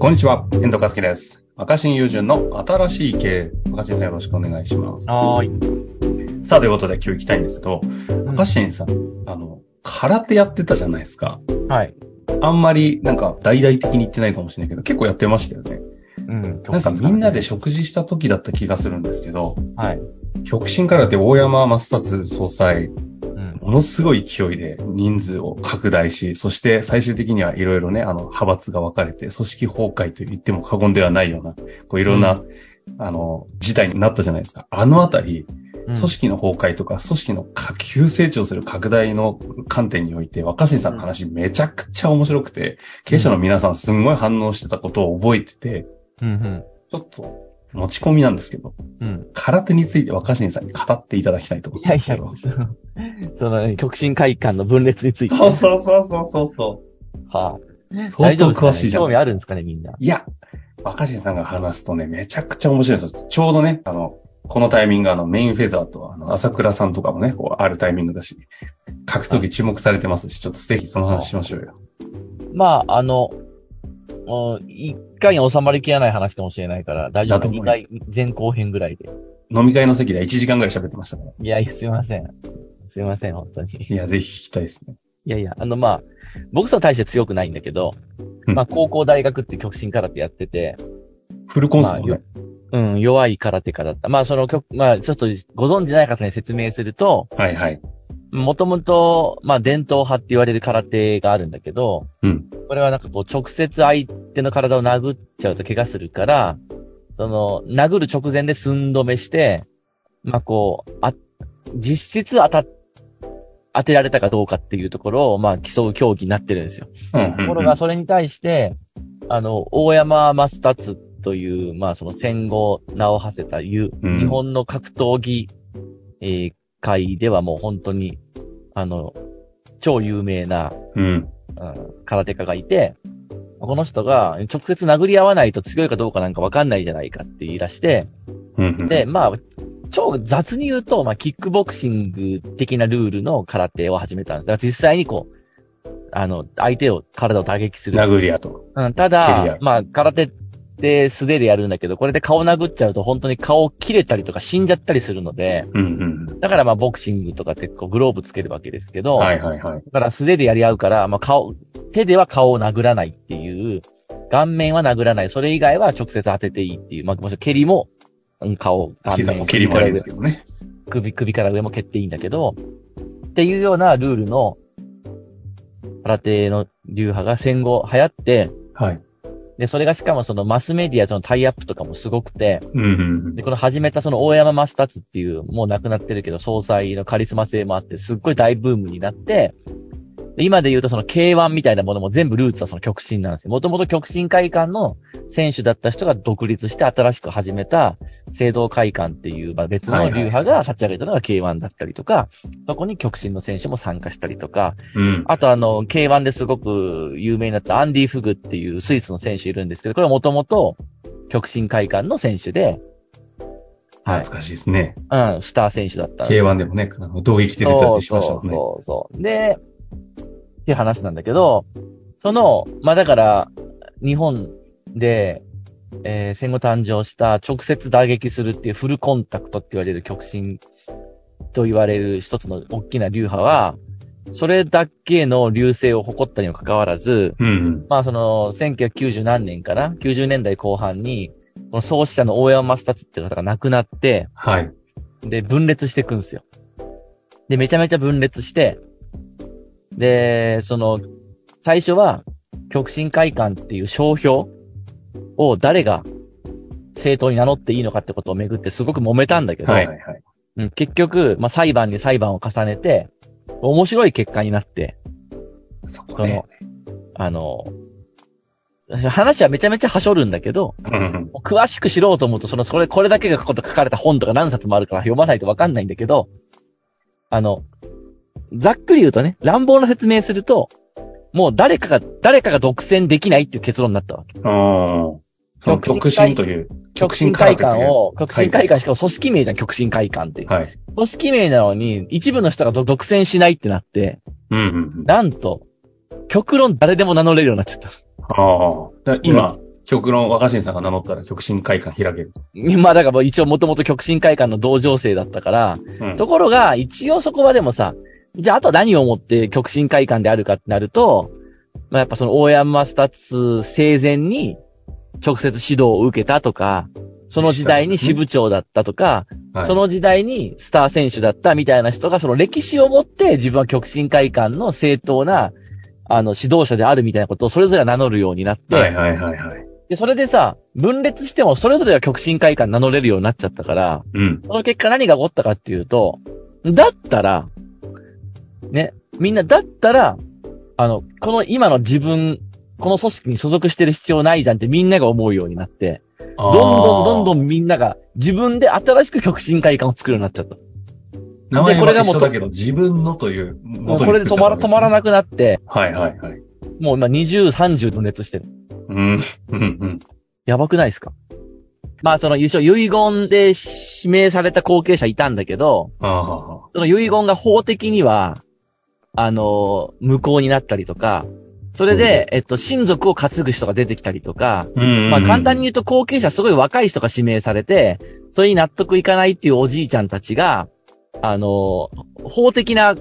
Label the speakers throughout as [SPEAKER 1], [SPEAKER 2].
[SPEAKER 1] こんにちは、遠藤和樹です。若新友人の新しい経営。若新さんよろしくお願いします。
[SPEAKER 2] はーい。
[SPEAKER 1] さあ、ということで今日行きたいんですけど、
[SPEAKER 2] うん
[SPEAKER 1] 若新さん、あの、空手やってたじゃないですか。
[SPEAKER 2] はい。
[SPEAKER 1] あんまり、なんか、大々的に言ってないかもしれないけど、結構やってましたよね。
[SPEAKER 2] うん。
[SPEAKER 1] なんかみんなで食事した時だった気がするんですけど、
[SPEAKER 2] はい。
[SPEAKER 1] 極真空手大山正達総裁、
[SPEAKER 2] うん。
[SPEAKER 1] ものすごい勢いで人数を拡大し、そして最終的にはいろいろね、あの、派閥が分かれて、組織崩壊と言っても過言ではないような、こういろんな、あの、事態になったじゃないですか。あのあたり、組織の崩壊とか、組織の下級成長する拡大の観点において、若新さんの話めちゃくちゃ面白くて、経営者の皆さんすんごい反応してたことを覚えてて、
[SPEAKER 2] うん。
[SPEAKER 1] ちょっと、持ち込みなんですけど、
[SPEAKER 2] うん。うん。
[SPEAKER 1] 空手について若新さんに語っていただきたいと思い
[SPEAKER 2] いや
[SPEAKER 1] ま
[SPEAKER 2] い
[SPEAKER 1] すけ
[SPEAKER 2] や、
[SPEAKER 1] ど。
[SPEAKER 2] その、その、極真会館の分裂について。
[SPEAKER 1] そうそうそうそうそうそう。
[SPEAKER 2] は
[SPEAKER 1] 相当詳しい
[SPEAKER 2] い。
[SPEAKER 1] じゃん。
[SPEAKER 2] 興味あるんですかね、みんな。
[SPEAKER 1] いや、若新さんが話すとね、めちゃくちゃ面白いんですよ。ちょうどね、あの、このタイミングあのメインフェザーとあの朝倉さんとかもね、こうあるタイミングだし、格闘技注目されてますし、ちょっとぜひその話しましょうよ。
[SPEAKER 2] まあ、あの、うん一回に収まりきらない話かもしれないから、大丈
[SPEAKER 1] だと
[SPEAKER 2] 夫。
[SPEAKER 1] 思う
[SPEAKER 2] 二
[SPEAKER 1] よ
[SPEAKER 2] 回、前後編ぐらいで。
[SPEAKER 1] 飲み会の席で1時間ぐらい喋ってましたから。
[SPEAKER 2] いやいや、すいません。すいません、本当に。
[SPEAKER 1] いや、ぜひ聞きたいですね。
[SPEAKER 2] いやいや、あの、まあ、ボクサー大して強くないんだけど、
[SPEAKER 1] うん
[SPEAKER 2] まあ、高校、大学って極真空手やってて、
[SPEAKER 1] フルコンソも
[SPEAKER 2] まあ
[SPEAKER 1] ね
[SPEAKER 2] よ。うん、弱い空手家だった。まあ、その曲、まあ、ちょっとご存知ない方に説明すると、
[SPEAKER 1] はいはい。
[SPEAKER 2] もともと、まあ、伝統派って言われる空手があるんだけど、
[SPEAKER 1] うん。
[SPEAKER 2] これはなんかこう、直接相手の体を殴っちゃうと怪我するから、その、殴る直前で寸止めして、まあ、こう、あ、実質当たっ、当てられたかどうかっていうところを、まあ、競う競技になってるんですよ。
[SPEAKER 1] うんう
[SPEAKER 2] とこ
[SPEAKER 1] んう
[SPEAKER 2] ろ
[SPEAKER 1] ん
[SPEAKER 2] が、それに対して、あの、大山正達という、まあ、その戦後名を馳せたゆ、
[SPEAKER 1] うん
[SPEAKER 2] 日本の格闘技、えー界ではもう本当に、あの、超有名な、
[SPEAKER 1] うん。
[SPEAKER 2] うん空手家がいて、この人が直接殴り合わないと強いかどうかなんかわかんないじゃないかって言い出して、
[SPEAKER 1] うんうん。
[SPEAKER 2] で、まあ、超雑に言うと、まあ、キックボクシング的なルールの空手を始めたんです。だから実際にこう、あの、相手を、体を打撃する。
[SPEAKER 1] 殴りやと。
[SPEAKER 2] うん、た
[SPEAKER 1] 蹴り合
[SPEAKER 2] だ
[SPEAKER 1] う、
[SPEAKER 2] まあ、空手って素手でやるんだけど、これで顔殴っちゃうと本当に顔切れたりとか死んじゃったりするので、
[SPEAKER 1] うんうん
[SPEAKER 2] だからまあ、ボクシングとか結構グローブつけるわけですけ
[SPEAKER 1] う
[SPEAKER 2] ど、
[SPEAKER 1] ん。はいはいはい。
[SPEAKER 2] だから素手でやり合うから、まあ、顔、手では顔を殴らないっていう、顔面は殴らない、それ以外は直接当てていいっていう、まあ、もちろん蹴りも、うん顔、顔
[SPEAKER 1] 膝も蹴りもあるんですけどね。
[SPEAKER 2] 首、首から上も蹴っていいんだけど、っていうようなルールの、空手の流派が戦後流行って、
[SPEAKER 1] はい。
[SPEAKER 2] で、それがしかもそのマスメディアとのタイアップとかもすごくて、
[SPEAKER 1] うんうん
[SPEAKER 2] で、この始めたその大山マスタツっていう、もう亡くなってるけど、総裁のカリスマ性もあって、すっごい大ブームになって、で今で言うとその K1 みたいなものも全部ルーツはその極真なんですよ。もともと極真会館の選手だった人が独立して新しく始めた聖堂会館っていう、まあ、別の流派が立ち上げたのが K1 だったりとか、そこに極真の選手も参加したりとか、
[SPEAKER 1] うん。うん。
[SPEAKER 2] あとあの、K1 ですごく有名になったアンディ・フグっていうスイスの選手いるんですけど、これはもともと極真会館の選手で、は
[SPEAKER 1] 懐かしいですね。
[SPEAKER 2] い。うん、スター選手だった。
[SPEAKER 1] K1 でもね、あの動撃で出たりしましたもんね。
[SPEAKER 2] そうそうそう。で、っていう話なんだけど、その、まあ、だから、日本で、えー戦後誕生した直接打撃するっていうフルコンタクトって言われる極真と言われる一つの大きな流派は、それだけの流星を誇ったにもかかわらず、
[SPEAKER 1] うんうん。
[SPEAKER 2] まあその、1990何年かな ?90 年代後半に、この創始者の大山正達って方が亡くなって、
[SPEAKER 1] はい。
[SPEAKER 2] で、分裂していくんですよ。で、めちゃめちゃ分裂して、で、その、最初は、極真会館っていう商標を誰が正当に名乗っていいのかってことをめぐってすごく揉めたんだけど、
[SPEAKER 1] はいはいはい。
[SPEAKER 2] うん、結局、まあ裁判に裁判を重ねて、面白い結果になって、
[SPEAKER 1] そ
[SPEAKER 2] その、あの、話はめちゃめちゃはしょるんだけど、
[SPEAKER 1] うん
[SPEAKER 2] 詳しく知ろうと思うと、その、それ、これだけが書かれた本とか何冊もあるから読まないとわかんないんだけど、あの、ざっくり言うとね、乱暴な説明すると、もう誰かが、誰かが独占できないっていう結論になったわけ。
[SPEAKER 1] うん。ああ。その極真という。
[SPEAKER 2] 極真会
[SPEAKER 1] 空手とい
[SPEAKER 2] 館
[SPEAKER 1] う
[SPEAKER 2] を、極真会館しかも組織名じゃん、極真会館っていう。
[SPEAKER 1] はい。
[SPEAKER 2] 組織名なのに、一部の人が独独占しないってなって、
[SPEAKER 1] うんうんうん。
[SPEAKER 2] なんと、極論誰でも名乗れるようになっちゃった。
[SPEAKER 1] あ あ。だから今、極論若新さんが名乗ったら極真会館開ける。
[SPEAKER 2] まあだからもう一応もともと極真会館の同情生だったから、
[SPEAKER 1] うん。
[SPEAKER 2] ところが、一応そこはでもさ、じゃああと何をもって極真会館であるかってなると、まあやっぱその大山スタッツ生前に直接指導を受けたとか、その時代に支部長だったとか、
[SPEAKER 1] はい
[SPEAKER 2] その時代にスター選手だったみたいな人が、その歴史を持って自分は極真会館の正当な、あの、指導者であるみたいなことをそれぞれ名乗るようになって、
[SPEAKER 1] はいはいはいはい。
[SPEAKER 2] で、それでさ、分裂してもそれぞれが極真会館名乗れるようになっちゃったから、
[SPEAKER 1] うん。
[SPEAKER 2] その結果何が起こったかっていうと、だったら、ね、みんなだったら、あの、この今の自分、この組織に所属してる必要ないじゃんってみんなが思うようになって、どんどんどんど
[SPEAKER 1] ん。
[SPEAKER 2] んみんなが自分で新しく極真会館を作るようになっちゃった。
[SPEAKER 1] 名前
[SPEAKER 2] で
[SPEAKER 1] これ
[SPEAKER 2] これ
[SPEAKER 1] が
[SPEAKER 2] が
[SPEAKER 1] も
[SPEAKER 2] も
[SPEAKER 1] う
[SPEAKER 2] う
[SPEAKER 1] だけど、自分のという
[SPEAKER 2] もう
[SPEAKER 1] 元
[SPEAKER 2] それで止まら、止まらな
[SPEAKER 1] く。
[SPEAKER 2] くなって、
[SPEAKER 1] はいはいはい。
[SPEAKER 2] もう今20、30と熱してる。
[SPEAKER 1] うん。うんうん。
[SPEAKER 2] やばくないですかまあその優勝、遺言で指名された後継者いたんだけど、
[SPEAKER 1] ああ。
[SPEAKER 2] その遺言が法的には、あの、無効になったりとか、それで、えっと、親族を担ぐ人が出てきたりとか、
[SPEAKER 1] うんうんうん。
[SPEAKER 2] まあ簡単に言うと後継者すごい若い人が指名されて、それに納得いかないっていうおじいちゃんたちが、あの、法的な、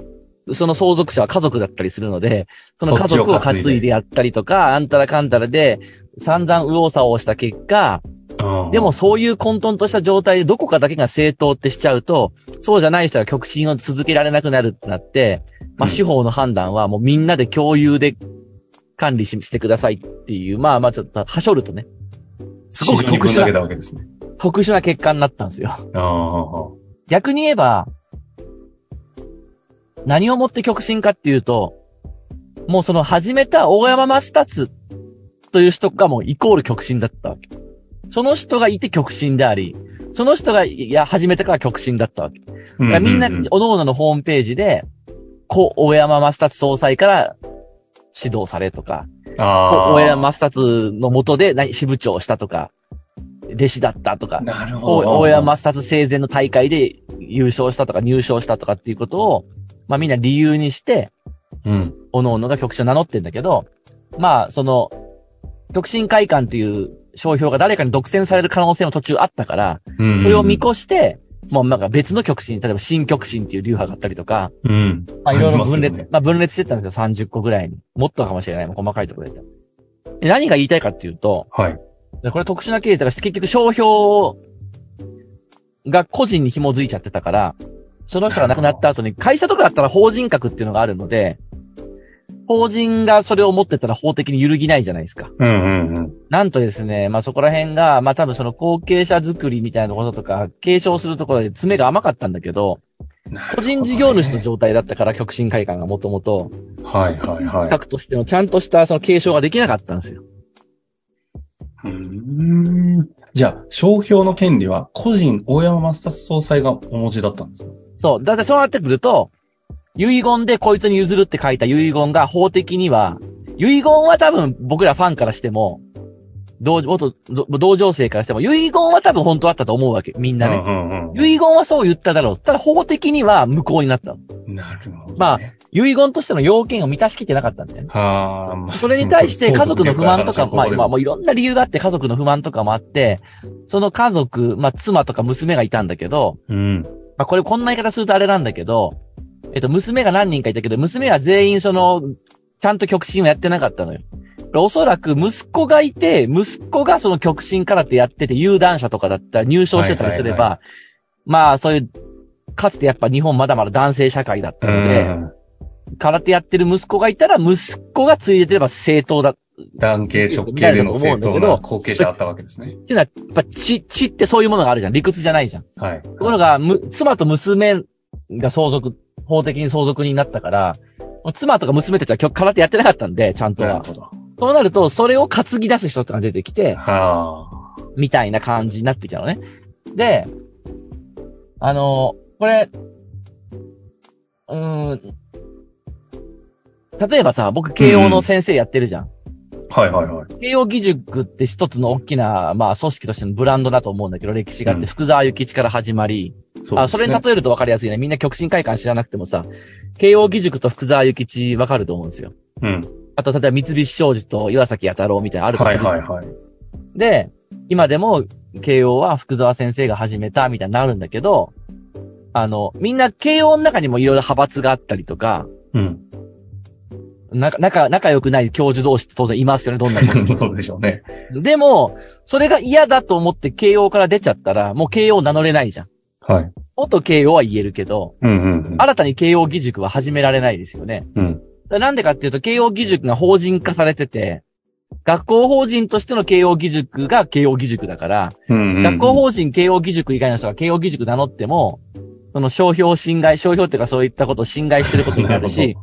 [SPEAKER 2] その相続者は家族だったりするので、その家族
[SPEAKER 1] そ
[SPEAKER 2] を
[SPEAKER 1] っちを担
[SPEAKER 2] 担
[SPEAKER 1] いで
[SPEAKER 2] いでやったりとか、あんたらかんたらで、散々右往左往した結果、
[SPEAKER 1] うん、
[SPEAKER 2] でもそういう混沌とした状態でどこかだけが正当ってしちゃうと、そうじゃない人は極真を続けられなくなるってなって、ま
[SPEAKER 1] うん
[SPEAKER 2] あ司法の判断はもうみんなで共有で管理ししてくださいっていう、まあまあちょっと、はしょるとね、
[SPEAKER 1] す
[SPEAKER 2] す
[SPEAKER 1] ご
[SPEAKER 2] ご
[SPEAKER 1] く
[SPEAKER 2] く
[SPEAKER 1] 特
[SPEAKER 2] 特
[SPEAKER 1] 殊だ
[SPEAKER 2] 殊な
[SPEAKER 1] けたわけですね。
[SPEAKER 2] 特殊な結果になったんですよ。
[SPEAKER 1] ああ。
[SPEAKER 2] 逆に言えば、何をもって極真かっていうと、もうその始めた大山マスタツという人がもうイコール極真だったわけ。その人がいて極真であり、その人が、いや、始めたから極真だったわけ。
[SPEAKER 1] う
[SPEAKER 2] だ
[SPEAKER 1] う
[SPEAKER 2] からみんな、
[SPEAKER 1] う
[SPEAKER 2] おのおののホームページで、こう、大山マスタツ総裁から指導されとか、
[SPEAKER 1] ああ。
[SPEAKER 2] 大山マスタツの下で何支部長をしたとか、弟子だったとか、
[SPEAKER 1] なるほど。
[SPEAKER 2] 大山スタツ生前の大会で優勝したとか入賞したとかっていうことを、まあみんな理由にして、
[SPEAKER 1] うん。
[SPEAKER 2] おのおのが局長名乗ってんだけど、まあその、極真会館っていう商標が誰かに独占される可能性も途中あったから、
[SPEAKER 1] うん。
[SPEAKER 2] それを見越して、もうなんか別の極真、例えば新極真っていう流派があったりとか、
[SPEAKER 1] うん。
[SPEAKER 2] まあいろいろ分
[SPEAKER 1] あります
[SPEAKER 2] 裂、
[SPEAKER 1] よね
[SPEAKER 2] まあ分裂してったんですよ、30個ぐらいに。もっとかもしれない、細かいところで。で何が言いたいかっていうと、
[SPEAKER 1] はい。
[SPEAKER 2] でこれ特殊なケースだから、結局商標が個人に紐づいちゃってたから、その人が亡くなった後に、会社とかだったら法人格っていうのがあるので、法人がそれを持ってたら法的に揺るぎないじゃないですか。
[SPEAKER 1] うんうんうん。
[SPEAKER 2] なんとですね、まあ、そこら辺が、まあ、多分その後継者作りみたいなこととか、継承するところで詰めが甘かったんだけど、個人事業主の状態だったから、極真会館がもともと、
[SPEAKER 1] はいはいはい。
[SPEAKER 2] 各としてのちゃんとしたその継承ができなかったんですよ。
[SPEAKER 1] うーん。じゃあ、商標の権利は個人、大山マスタス総裁がお持ちだったんですか
[SPEAKER 2] そう。だってそうなってくると、遺言でこいつに譲るって書いた遺言が法的には、遺言は多分僕らファンからしても、同、元、ど同情生からしても、遺言は多分本当あったと思うわけ。みんな
[SPEAKER 1] う
[SPEAKER 2] ね。
[SPEAKER 1] んうんうん。
[SPEAKER 2] 遺言はそう言っただろう。ただ法的には無効になったの。
[SPEAKER 1] なるほどね。
[SPEAKER 2] ま遺言としての要件を満たしきってなかったんだよね。
[SPEAKER 1] はあ、まあ
[SPEAKER 2] それに対して家族の不満とか、まあ、まあ、も
[SPEAKER 1] う
[SPEAKER 2] ういろんな理由があって家族の不満とかもあって、その家族、まあ、妻とか娘がいたんだけど、
[SPEAKER 1] うん。
[SPEAKER 2] まあ、これこんな言い方するとあれなんだけど、えっと、娘が何人かいたけど、娘は全員その、ちゃんと極真をやってなかったのよ。でおそらく息子がいて、息子がその極真空手やってて、有段者とかだったら入賞してたりすれ
[SPEAKER 1] は
[SPEAKER 2] ば、
[SPEAKER 1] いは
[SPEAKER 2] まあそういう、かつてやっぱ日本まだまだ男性社会だった
[SPEAKER 1] う
[SPEAKER 2] ので、
[SPEAKER 1] ん。
[SPEAKER 2] 空手やってる息子がいたら、息子が継いでてれば正当だっ
[SPEAKER 1] 男系直系での正当な後継者あったわけですね。
[SPEAKER 2] ていうのは、やっぱ血、血ってそういうものがあるじゃん。理屈じゃないじゃん。
[SPEAKER 1] はい。と
[SPEAKER 2] ところが、む、妻と娘が相続、法的に相続になったから、もう妻とか娘たちは今日空手やってなかったんで、ちゃんと
[SPEAKER 1] なる
[SPEAKER 2] は。
[SPEAKER 1] ほど。
[SPEAKER 2] そうなると、それを担ぎ出す人とかが出てきて、
[SPEAKER 1] はあ。
[SPEAKER 2] みたいな感じになってきたのね。で、あの、これ、うーん、例えばさ、僕、慶応の先生やってるじゃん。
[SPEAKER 1] はいはいはい。
[SPEAKER 2] 慶応義塾って一つの大きな、まあ、組織としてのブランドだと思うんだけど、歴史があっ
[SPEAKER 1] うん
[SPEAKER 2] て、福沢諭吉から始まり、
[SPEAKER 1] そうですね
[SPEAKER 2] あ、それに例えると分かりやすいね。みんな極真会館知らなくてもさ、慶応義塾と福沢諭吉分かると思うんですよ。
[SPEAKER 1] うん。
[SPEAKER 2] あと、例えば三菱商事と岩崎弥太郎みたいなのあるかも
[SPEAKER 1] は
[SPEAKER 2] し
[SPEAKER 1] い
[SPEAKER 2] れない。
[SPEAKER 1] はいはい。
[SPEAKER 2] で、今でも慶応は福沢先生が始めたみたいになるんだけど、あの、みんな慶応の中にもいろいろ派閥があったりとか、
[SPEAKER 1] うん。
[SPEAKER 2] な仲、仲良くない教授同士って当然いますよね、どんな 組織
[SPEAKER 1] そうでしょうね。
[SPEAKER 2] でも、それが嫌だと思って慶応から出ちゃったら、もう慶応名乗れないじゃん。
[SPEAKER 1] はい。
[SPEAKER 2] 元慶応は言えるけど、
[SPEAKER 1] うんうんうん。
[SPEAKER 2] 新たに慶応義塾は始められないですよね。
[SPEAKER 1] うん。
[SPEAKER 2] だからなんでかっていうと、慶応義塾が法人化されてて、学校法人としての慶応義塾が慶応義塾だから、
[SPEAKER 1] うんうん。
[SPEAKER 2] 学校法人慶応義塾以外の人が慶応義塾名乗っても、その商標侵害、商標っていうかそういったことを侵害してることになる
[SPEAKER 1] なる
[SPEAKER 2] し、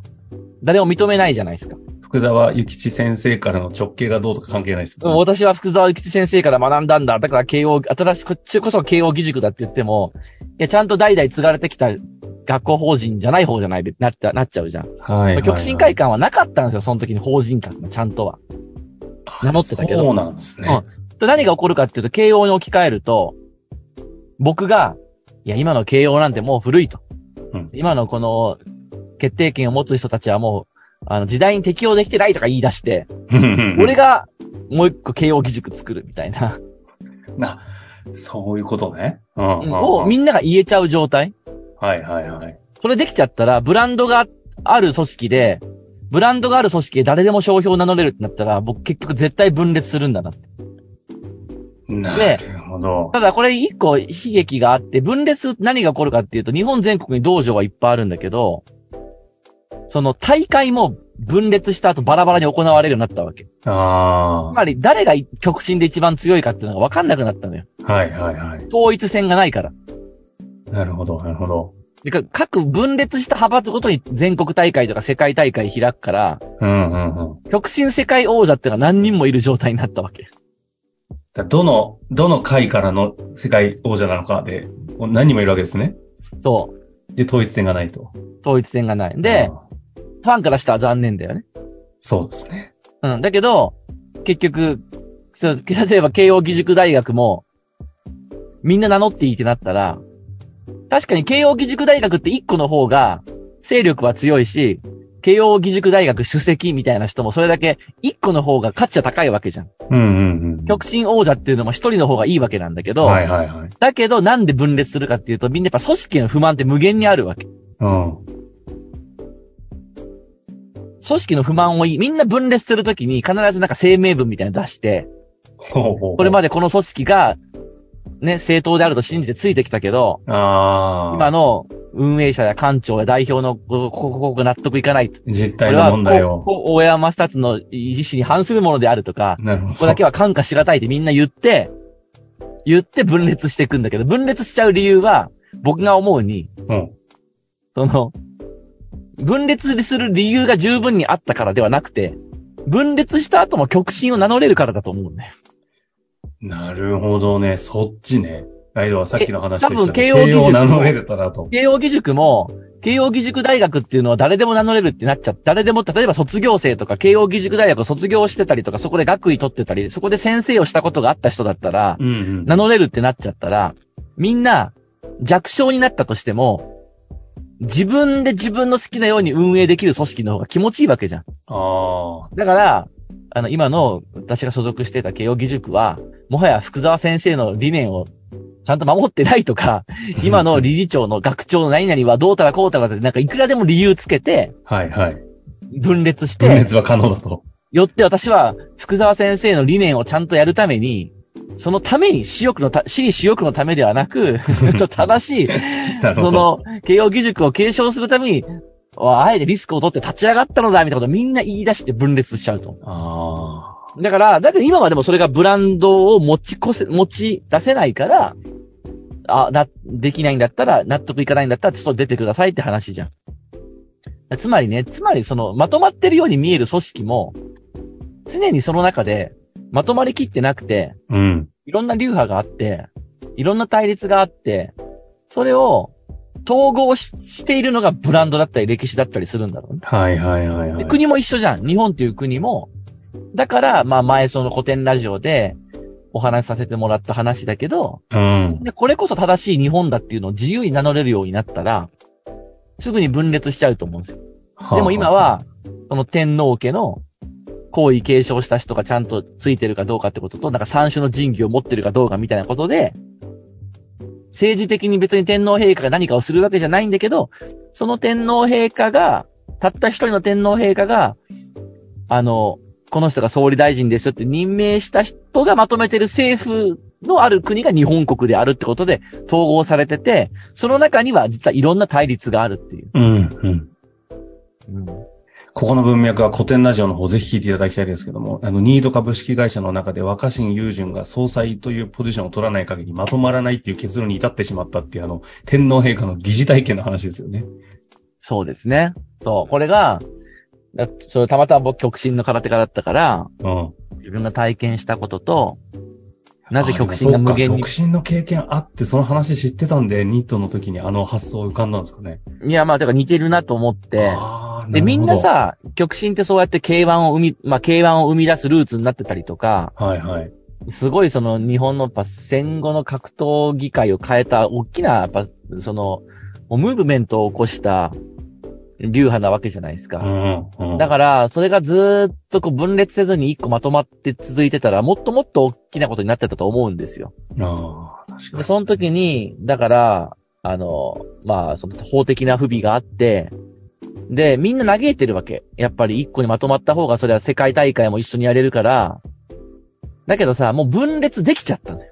[SPEAKER 2] 誰も認めないじゃないですか。
[SPEAKER 1] 福沢諭吉先生からの直径がどうとか関係ないです
[SPEAKER 2] うん
[SPEAKER 1] よね。
[SPEAKER 2] 私は福沢諭吉先生から学んだんだ。だから慶応、新しく、こっちこそ慶応義塾だって言っても、いや、ちゃんと代々継がれてきた学校法人じゃない方じゃないで、なった、なっちゃうじゃん。
[SPEAKER 1] はいはい。
[SPEAKER 2] 極真会館はなかったんですよ、その時に法人格がちゃんとは。名乗ってたけど
[SPEAKER 1] そうなんですね。
[SPEAKER 2] と何が起こるかっていうと、慶応に置き換えると、僕が、いや、今の慶応なんてもう古いと。
[SPEAKER 1] うん
[SPEAKER 2] 今のこの、決定権を持つ人たちはもう、あの、時代に適応できてないとか言い出して、俺
[SPEAKER 1] 俺
[SPEAKER 2] が、もう一個慶応義塾作るみたいな、
[SPEAKER 1] な、そういうことね。うんうんうん。
[SPEAKER 2] をみんなが言えちゃう状態
[SPEAKER 1] はいはいはい。
[SPEAKER 2] それできちゃったら、ブランドがある組織で、ブランドがある組織で誰でも商標を名乗れるってなったら、僕結局絶対分裂するんだなって。
[SPEAKER 1] なるほど。
[SPEAKER 2] ただこれ一個悲劇があって、分裂何が起こるかっていうと、日本全国に道場はいっぱいあるんだけど、その大会も分裂した後バラバラに行われるようになったわけ。
[SPEAKER 1] あ
[SPEAKER 2] つまり誰が極真で一番強いかっていうのが分かんなくなったのよ。
[SPEAKER 1] あ。はいはいはい。
[SPEAKER 2] 統一戦がないから。
[SPEAKER 1] なるほど、なるほど。
[SPEAKER 2] でか各分裂した派閥ごとに全国大会とか世界大会開くから、
[SPEAKER 1] うんうんうん。
[SPEAKER 2] 極真世界王者っていうのは何人もいる状態になったわけ。
[SPEAKER 1] だどの、どの会からの世界王者なのかで、もう何人もいるわけですね。
[SPEAKER 2] そ
[SPEAKER 1] で、統一戦がないと。
[SPEAKER 2] う。統一戦がない。で
[SPEAKER 1] う、ん
[SPEAKER 2] ファンからしたら残念だよね。
[SPEAKER 1] そうですね。
[SPEAKER 2] うん。だけど、結局、そう例えば慶応義塾大学も、みんな名乗っていいってなったら、確かに慶応義塾大学って一個の方が、勢力は強いし、慶応義塾大学主席みたいな人もそれだけ一個の方が価値は高いわけじゃん。
[SPEAKER 1] うんうんうん。
[SPEAKER 2] 極真王者っていうのも一人の方がいいわけなんだけど、
[SPEAKER 1] はいはいはい。
[SPEAKER 2] だけどなんで分裂するかっていうと、みんなやっぱ組織への不満って無限にあるわけ。
[SPEAKER 1] うん。
[SPEAKER 2] 組織の不満をい、みんな分裂するときに必ずなんか声明文みたいなの出して、
[SPEAKER 1] こ
[SPEAKER 2] これま
[SPEAKER 1] で。
[SPEAKER 2] でこの組織が、ね、正当であると信じてついてきたけど、
[SPEAKER 1] ああ。
[SPEAKER 2] 今の運営者や館長や代表のこここここ納得いかないと。
[SPEAKER 1] 実
[SPEAKER 2] こ
[SPEAKER 1] 態
[SPEAKER 2] れ
[SPEAKER 1] の
[SPEAKER 2] は
[SPEAKER 1] 問題
[SPEAKER 2] こ
[SPEAKER 1] を。
[SPEAKER 2] こ大山下達の意思に反するものであるとか、
[SPEAKER 1] なるほど。
[SPEAKER 2] ここだけは感化しがたいってみんな言って、言って分裂していくんだけど、分裂しちゃう理由は、僕が思うに、
[SPEAKER 1] うん。
[SPEAKER 2] その、分裂する理由が十分にあったからではなくて、分裂した後も極真を名乗れるからだと思うんだよ。
[SPEAKER 1] なるほどね。そっちね。ガイドはさっきの話でした、ね。
[SPEAKER 2] え多分慶応義塾
[SPEAKER 1] 名乗れてたなと。
[SPEAKER 2] 慶応義塾も、慶応義塾大学っていうのは誰でも名乗れるってなっちゃって、誰でも、例えば卒業生とか、慶応義塾大学を卒業してたりとか、そこで学位取ってたり、そこで先生をしたことがあった人だったら、
[SPEAKER 1] うんうん。
[SPEAKER 2] 名乗れるってなっちゃったら、みんな弱小になったとしても、自分で自分の好きなように運営できる組織の方が気持ちいいわけじゃん。
[SPEAKER 1] あ
[SPEAKER 2] だから、あの、今の私が所属してた慶応義塾は、もはや福沢先生の理念をちゃんと守ってないとか、
[SPEAKER 1] あ。
[SPEAKER 2] 今の理事長の学長の何々はどうたらこうたらって、なんかいくらでも理由つけて、
[SPEAKER 1] はいはい。
[SPEAKER 2] 分裂し
[SPEAKER 1] 分
[SPEAKER 2] て、
[SPEAKER 1] 裂は可能だと。
[SPEAKER 2] よって私は福沢先生の理念をちゃんとやるために、そのために、私欲のた、私利私欲のためではなく、ちょっと正しい、
[SPEAKER 1] なる
[SPEAKER 2] そ
[SPEAKER 1] ほど。
[SPEAKER 2] の、慶応義塾を継承するために、あえてリスクを取って立ち上がったのだ、みたいなことをみんな言い出して分裂しちゃうと思
[SPEAKER 1] あ
[SPEAKER 2] う。だから、だけど今はでもそれがブランドを持ちこせ、持ち出せないから、あ、な、できないんだったら、納得いかないんだったら、ちょっと出てくださいって話じゃん。つまりね、つまりその、まとまってるように見える組織も、常にその中で、まとまりきってなくて、
[SPEAKER 1] あ。うん。
[SPEAKER 2] いろんな流派があって、いろんな対立があって、それを統合ししているのがブランドだったり歴史だったりするんだろうね。
[SPEAKER 1] はいはいはいは
[SPEAKER 2] で
[SPEAKER 1] い。
[SPEAKER 2] 国も一緒じゃん。日本っていう国も。だから、まあ前その古典ラジオでお話しさせてもらった話だけど、
[SPEAKER 1] うん。
[SPEAKER 2] でこれこそ正しい日本だっていうのを自由に名乗れるようになったら、すぐに分裂しちゃうと思うんですよ。でも今は、その天皇家の行為継承した人がちゃんとついてるかどうかってことと、なんか三種の神器を持ってるかどうかみたいなことで、政治的に別に天皇陛下が何かをするわけじゃないんだけど、その天皇陛下が、たった一人の天皇陛下が、あの、この人が総理大臣ですよって任命した人がまとめてる政府のある国が日本国であるってことで統合されてて、その中には実はいろんな対立があるっていう。
[SPEAKER 1] うん、うん。ここの文脈は古典ラジオの方ぜひ聞いていただきたいですけども、あの、ニード株式会社の中で若新雄純が総裁というポジションを取らない限りまとまらないっていう結論に至ってしまったっていうあの、天皇陛下の疑似体験の話ですよね。
[SPEAKER 2] そうですね。そう。これが、だそれたまたま僕極真の空手家だったから、
[SPEAKER 1] うん。
[SPEAKER 2] 自分が体験したことと、なぜ極真が
[SPEAKER 1] あでも
[SPEAKER 2] 無
[SPEAKER 1] そうか
[SPEAKER 2] 限に
[SPEAKER 1] 極。真の経験あって、その話知ってたんで、ニートの時にあの発想浮かんだんですかね。
[SPEAKER 2] いや、まあ、だから似てるなと思って、
[SPEAKER 1] あー
[SPEAKER 2] で、みんな、
[SPEAKER 1] る
[SPEAKER 2] さ、極真ってそうやって K1 を生み、まあ、K1 を生み出すルーツになってたりとか、
[SPEAKER 1] ほどはいはい。
[SPEAKER 2] すごいその日本のやっぱ戦後の格闘技界を変えた大きな、やっぱその、もうムーブメントを起こした流派なわけじゃないです
[SPEAKER 1] う
[SPEAKER 2] か。
[SPEAKER 1] ん、うん。
[SPEAKER 2] だから、それがずーっとこう分裂せずに一個まとまって続いてたら、もっともっと大きなことになってたと思うんですよ。
[SPEAKER 1] ら、ああ、確か
[SPEAKER 2] で、
[SPEAKER 1] に。
[SPEAKER 2] その時に、だから、あの、まあ、その法的な不備があって、で、みんな嘆いてるわけ。やっぱり一個にまとまった方が、それは世界大会も一緒にやれるから、だけどさ、もう分裂できちゃったのよ。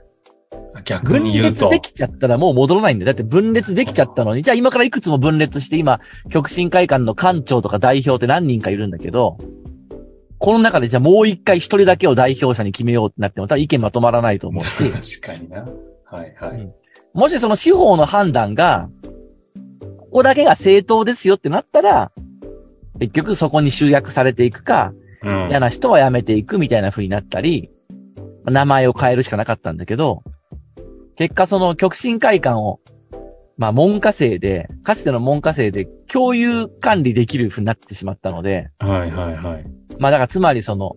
[SPEAKER 1] 逆
[SPEAKER 2] 分
[SPEAKER 1] に言う
[SPEAKER 2] 裂
[SPEAKER 1] と。
[SPEAKER 2] できちゃったらもう戻らないんだよ。だって分裂できちゃったのに、じゃあ今からいくつも分裂して、今、極真会館の館長とか代表って何人かいるんだけど、この中でじゃあもう一回一人だけを代表者に決めようってなっても多分意見まとまらないと思うし、
[SPEAKER 1] 確かにな。はいはい。
[SPEAKER 2] もしその司法の判断が、ここだけが正当ですよってなったら、結局そこに集約されていくか、
[SPEAKER 1] うん。
[SPEAKER 2] 嫌な人は辞めていくみたいな風になったり、名前を変えるしかなかったんだけど、結果その極真会館を、まあ文科生で、かつての文科生で共有管理できる風になってしまったので、
[SPEAKER 1] はいはいはい。
[SPEAKER 2] まあだからつまりその、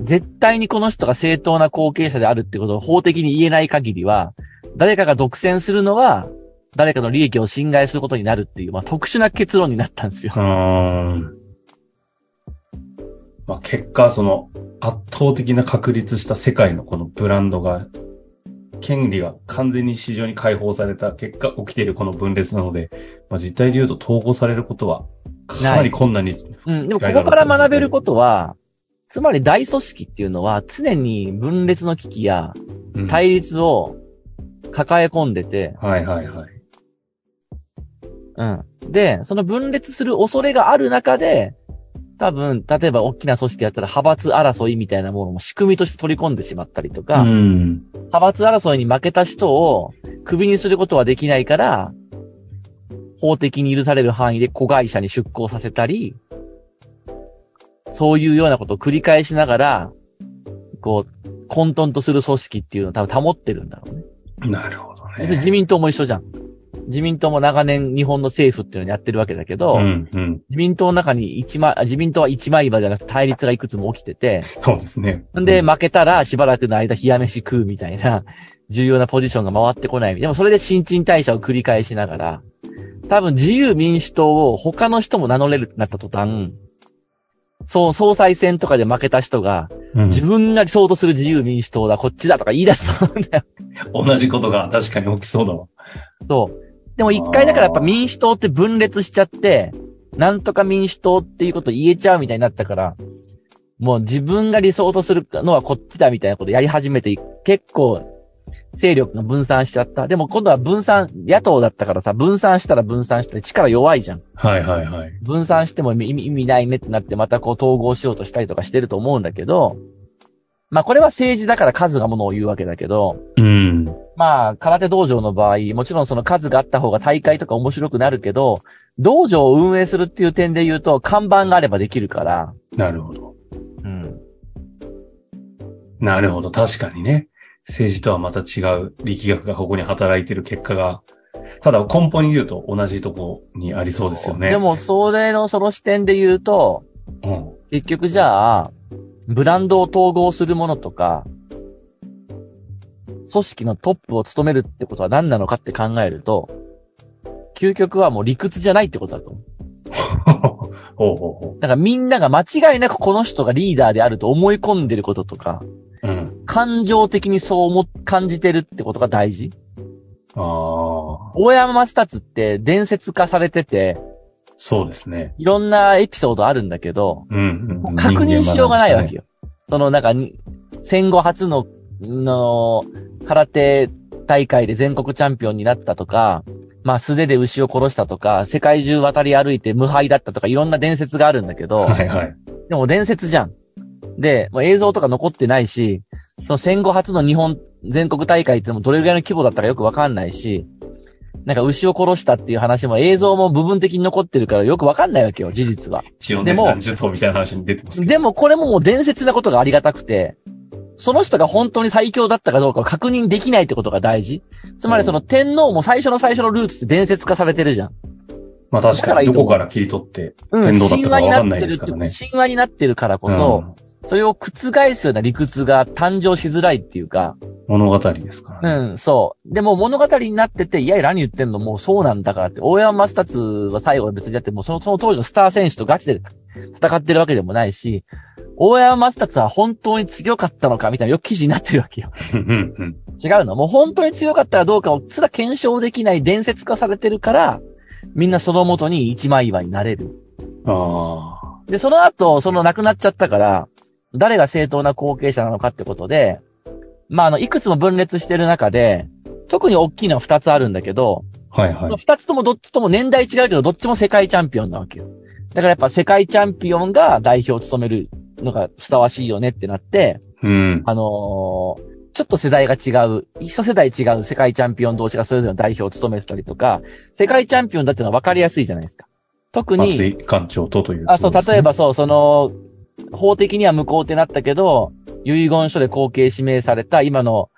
[SPEAKER 2] 絶対にこの人が正当な後継者であるってことを法的に言えない限りは、誰かが独占するのは、誰かの利益を侵害することになるっていう、まあ特殊な結論になったんですよ
[SPEAKER 1] う。ーん。まあ結果、その圧倒的な確立した世界のこのブランドが、権利が完全に市場に解放された結果起きているこの分裂なので、まあ実態で言うと統合されることはかなり困難に、
[SPEAKER 2] うん、でもここから学べることは、つまり大組織っていうのは常に分裂の危機や
[SPEAKER 1] うんはい
[SPEAKER 2] 対立を抱え込んでて、
[SPEAKER 1] はいはい。
[SPEAKER 2] うん。で、その分裂する恐れがある中で、多分、例えば大きな組織だったら派閥争いみたいなものも仕組みとして取り込んでしまったりとか、
[SPEAKER 1] うん。
[SPEAKER 2] 派閥争いに負けた人をクビにすることはできないから、法的に許される範囲で子会社に出向させたり、そういうようなことを繰り返しながら、こう、混沌とする組織っていうのを多分保ってるんだろうね。
[SPEAKER 1] なるほどね。
[SPEAKER 2] 要するに自民党も一緒じゃん。自民党も長年日本の政府っていうのをやってるわけだけど、
[SPEAKER 1] うんうん。
[SPEAKER 2] 自民党の中に一枚、あ自民党は一枚岩じゃなくて対立がいくつも起きてて、
[SPEAKER 1] そうですね。
[SPEAKER 2] んで、
[SPEAKER 1] うん
[SPEAKER 2] 負けたらしばらくの間冷や飯食うみたいな、 重要なポジションが回ってこない。でもそれで新陳代謝を繰り返しながら、多分自由民主党を他の人も名乗れるってなった途端、そう、総裁選とかで負けた人が、
[SPEAKER 1] うん
[SPEAKER 2] 自分が理想とする自由民主党だ、こっちだとか言い出すと思うんだよ。
[SPEAKER 1] 同じことが確かに起きそうだわ。
[SPEAKER 2] そう。でも一回だからやっぱ民主党って分裂しちゃって、なんとか民主党っていうこと言えちゃうみたいになったから、もう自分が理想とするのはこっちだみたいなことやり始めて、結構勢力が分散しちゃった。でも今度は分散、野党だったからさ、分散したら分散して力弱いじゃん。
[SPEAKER 1] はいはいはい。
[SPEAKER 2] 分散しても意味意味ないねってなってまたこう統合しようとしたりとかしてると思うんだけど、まあこれは政治だから数がものを言うわけだけど、
[SPEAKER 1] うん。
[SPEAKER 2] まあ、空手道場の場合、もちろんその数があった方が大会とか面白くなるけど、道場を運営するっていう点で言うと、看板があればできるから、
[SPEAKER 1] なるほど。
[SPEAKER 2] うん。
[SPEAKER 1] なるほど。確かにね。政治とはまた違う力学がここに働いてる結果が、ただ根本に言うと同じとこにありそうですよね。
[SPEAKER 2] で、も、それのその視点で言うと、
[SPEAKER 1] うん。
[SPEAKER 2] 結局じゃあ、ブランドを統合するものとか、組織のトップを務めるってことは何なのかって考えると、究極はもう理屈じゃないってことだと思う。
[SPEAKER 1] ほうほうほ
[SPEAKER 2] なんかみんなが間違いなくこの人がリーダーであると思い込んでることとか、
[SPEAKER 1] う。うん。
[SPEAKER 2] 感情的にそう思っ、感じてるってことが大事。
[SPEAKER 1] ああ、
[SPEAKER 2] 大山マスタツって伝説化されてて、
[SPEAKER 1] そうですね。
[SPEAKER 2] いろんなエピソードあるんだけど、
[SPEAKER 1] うんうん。
[SPEAKER 2] 確認しようがないわけ
[SPEAKER 1] よ。
[SPEAKER 2] よ。そのなんかに、戦後初の、の、空手大会で全国チャンピオンになったとか、まあ素手で牛を殺したとか、世界中渡り歩いて無敗だったとか、いろんな伝説があるんだ けど、
[SPEAKER 1] はいはい。
[SPEAKER 2] でも伝説じゃん。で、もう映像とか残ってないし、その戦後初の日本全国大会ってのもどれぐらいの規模だったかよくわかんないし、なんか牛を殺したっていう話も映像も部分的に残ってるからよくわかんないわけよ、事実は。
[SPEAKER 1] 一応ね、
[SPEAKER 2] でも
[SPEAKER 1] 何十頭みたいな話に出てますけど。
[SPEAKER 2] でもこれももう伝説なことがありがたくて、その人が本当に最強だったかどうかを確認できないってことが大事。つまりその天皇も最初の最初のルーツって伝説化されてるじゃん。
[SPEAKER 1] まあ確
[SPEAKER 2] だか
[SPEAKER 1] から
[SPEAKER 2] いい
[SPEAKER 1] に、
[SPEAKER 2] と
[SPEAKER 1] ど
[SPEAKER 2] 思う
[SPEAKER 1] こから切り取って、
[SPEAKER 2] うん、
[SPEAKER 1] 天皇だった
[SPEAKER 2] 神
[SPEAKER 1] か
[SPEAKER 2] 話
[SPEAKER 1] は
[SPEAKER 2] に
[SPEAKER 1] わ
[SPEAKER 2] な
[SPEAKER 1] かん
[SPEAKER 2] っ
[SPEAKER 1] ない
[SPEAKER 2] て
[SPEAKER 1] で
[SPEAKER 2] るっ
[SPEAKER 1] す
[SPEAKER 2] て、
[SPEAKER 1] からね
[SPEAKER 2] 神話になってるからこそ、それを覆すような理屈が誕生しづらいっていうか、
[SPEAKER 1] うん物語ですからね。
[SPEAKER 2] うん、そう。でも物語になってて、いやいや何言ってんのもうそうなんだからって、大山マスタツは最後は別にだってもうそのその当時のスター選手とガチで戦ってるわけでもないし、大山マスタツは本当に強かったのかみたいなよく記事になってるわけよ。
[SPEAKER 1] うんうん
[SPEAKER 2] 違うの。もう本当に強かったらどうかをすら検証できない伝説化されてるから、みんなその元に一枚岩になれる。
[SPEAKER 1] うん。あ
[SPEAKER 2] で、その後、その亡くなっちゃったから、誰が正当な後継者なのかってことで、まあ、あの、いくつも分裂してる中で、特に大きいのは二つあるんだけど、
[SPEAKER 1] あ、はいはい。
[SPEAKER 2] 二つともどっちとも年代違うけど、どっちも世界チャンピオンなわけよ。だからやっぱ世界チャンピオンが代表を務めるのがふさわしいよねってなって、
[SPEAKER 1] うん。
[SPEAKER 2] あのーちょっと世代が違う、一世代違う世界チャンピオン同士がそれぞれの代表を務めてたりとか、世界チャンピオンだってのは分かりやすいじゃないですか。特に、
[SPEAKER 1] 松井館長とという。
[SPEAKER 2] あ、そう、例え。ばそう、その、法的には無効ってなったけど、遺言書で後継指名された今の、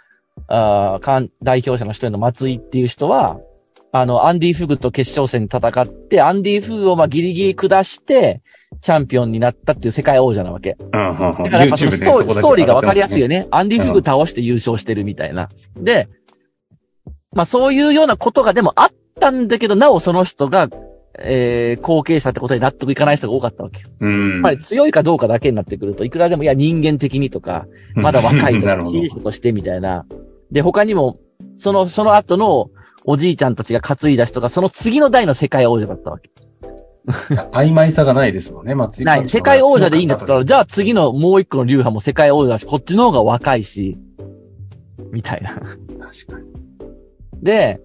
[SPEAKER 2] あーかん代表者の一人の松井っていう人は、あの、アンディ・フグと決勝戦で戦って、アンディ・フグをまあギリギリ下して、チャンピオンになったっていう世界王者なわけ。
[SPEAKER 1] うんうんうん。
[SPEAKER 2] だからやっぱその
[SPEAKER 1] YouTube
[SPEAKER 2] ス
[SPEAKER 1] で
[SPEAKER 2] トーリー、ストーリーがわかりやすいよ
[SPEAKER 1] ね。
[SPEAKER 2] ね。アンディ・フグ倒して優勝してるみたいな。で、まあそういうようなことがでもあったんだけど、なおその人が、えー、後継者ってことに納得いかない人が多かったわけよ。
[SPEAKER 1] うん。
[SPEAKER 2] やっぱり強いかどうかだけになってくると、いくらでも、いや、人間的にとか、まだ若いと
[SPEAKER 1] な
[SPEAKER 2] か、
[SPEAKER 1] るほ
[SPEAKER 2] 経
[SPEAKER 1] ど
[SPEAKER 2] 営。者としてみたいな。で、他にも、その、その後のおじいちゃんたちが担いだ人が、その次の代の世界王者だったわけ。
[SPEAKER 1] 曖昧さがないですもんね、松井
[SPEAKER 2] な
[SPEAKER 1] 館長
[SPEAKER 2] い。世界王者でいいんだった
[SPEAKER 1] ら
[SPEAKER 2] ら、じゃあ次のもう一個の流派も世界王者だし、こっちの方が若いし、みたいな。
[SPEAKER 1] 確かに。
[SPEAKER 2] で、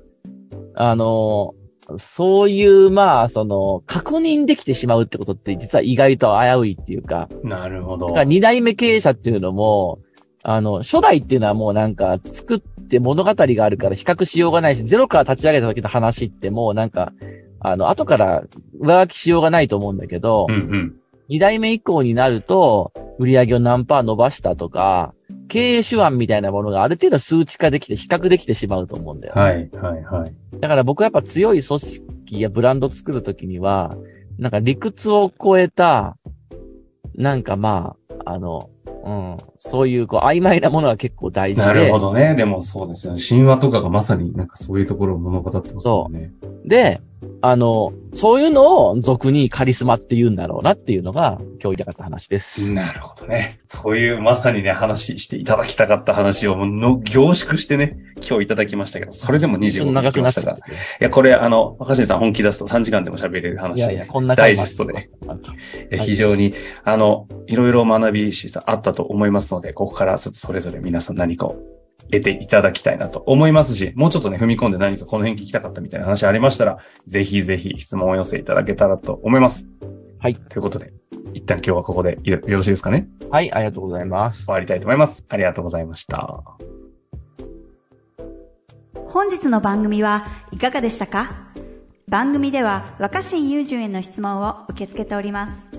[SPEAKER 2] あの、そういう、まあ、その、確認できてしまうってことって、実は意外と危ういっていうか、
[SPEAKER 1] なるほど。
[SPEAKER 2] だから二代目経営者っていうのも、あの、初代っていうのはもうなんか、作って物語があるから比較しようがないし、ゼロから立ち上げた時の話ってもうなんか、あの、後から上書きしようがないと思うんだけど
[SPEAKER 1] うん、うん。
[SPEAKER 2] 二、代目以降になると、売り上げを何パー伸ばしたとか、経営手腕みたいなものがある程度数値化できて比較できてしまうと思うんだよね。
[SPEAKER 1] はい、はい、はい。
[SPEAKER 2] だから僕はやっぱ強い組織やブランド作るときには、なんか理屈を超えた、なんかまあ、あの、うん、そういうこう曖昧なものが結構大事で。
[SPEAKER 1] なるほどね。でもそうですよね。神話とかがまさになんかそういうところを物語ってますよね。
[SPEAKER 2] で、あの、そういうのを俗にカリスマって言うんだろうなっていうのが今日言いたかった話です。
[SPEAKER 1] なるほどね。という、まさにね、話していただきたかった話をもうの凝縮してね、今日いただきましたけど、それでも25分
[SPEAKER 2] 長
[SPEAKER 1] い
[SPEAKER 2] く
[SPEAKER 1] き
[SPEAKER 2] な
[SPEAKER 1] ま
[SPEAKER 2] っ
[SPEAKER 1] し
[SPEAKER 2] ちゃ
[SPEAKER 1] た
[SPEAKER 2] っ
[SPEAKER 1] が。い
[SPEAKER 2] たけど。
[SPEAKER 1] や、これ、あの、若新さん本気出すと3時間でも喋れる話
[SPEAKER 2] いやいや、こんな
[SPEAKER 1] ダ
[SPEAKER 2] 回
[SPEAKER 1] イ
[SPEAKER 2] も
[SPEAKER 1] ジェ
[SPEAKER 2] あっ
[SPEAKER 1] ストで、
[SPEAKER 2] た。
[SPEAKER 1] え
[SPEAKER 2] はい
[SPEAKER 1] 非常に、あの、いろいろ学びしさあったと思いますので、ここからちょっとそれぞれ皆さん何かを得ていただきたいなと思いますし、もうちょっとね、踏み込んで何かこの辺聞きたかったみたいな話ありましたら、ぜひぜひ質問をお寄せいただけたらと思います。
[SPEAKER 2] はい。
[SPEAKER 1] ということで、一旦今日はここでよよろしいですかね
[SPEAKER 2] はい、ありがとうございます。
[SPEAKER 1] 終わりたいと思います。ありがとうございました。
[SPEAKER 3] 本日の番組はいかがでしたか番組では若新雄純への質問を受け付けております。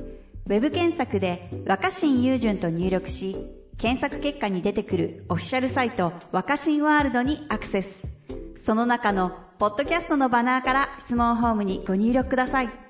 [SPEAKER 3] ウェブ検索で若新雄純と入力し、検索結果に出てくるオフィシャルサイト若新ワールドにアクセス。その中のポッドキャストのバナーから質問フォームにご入力ください。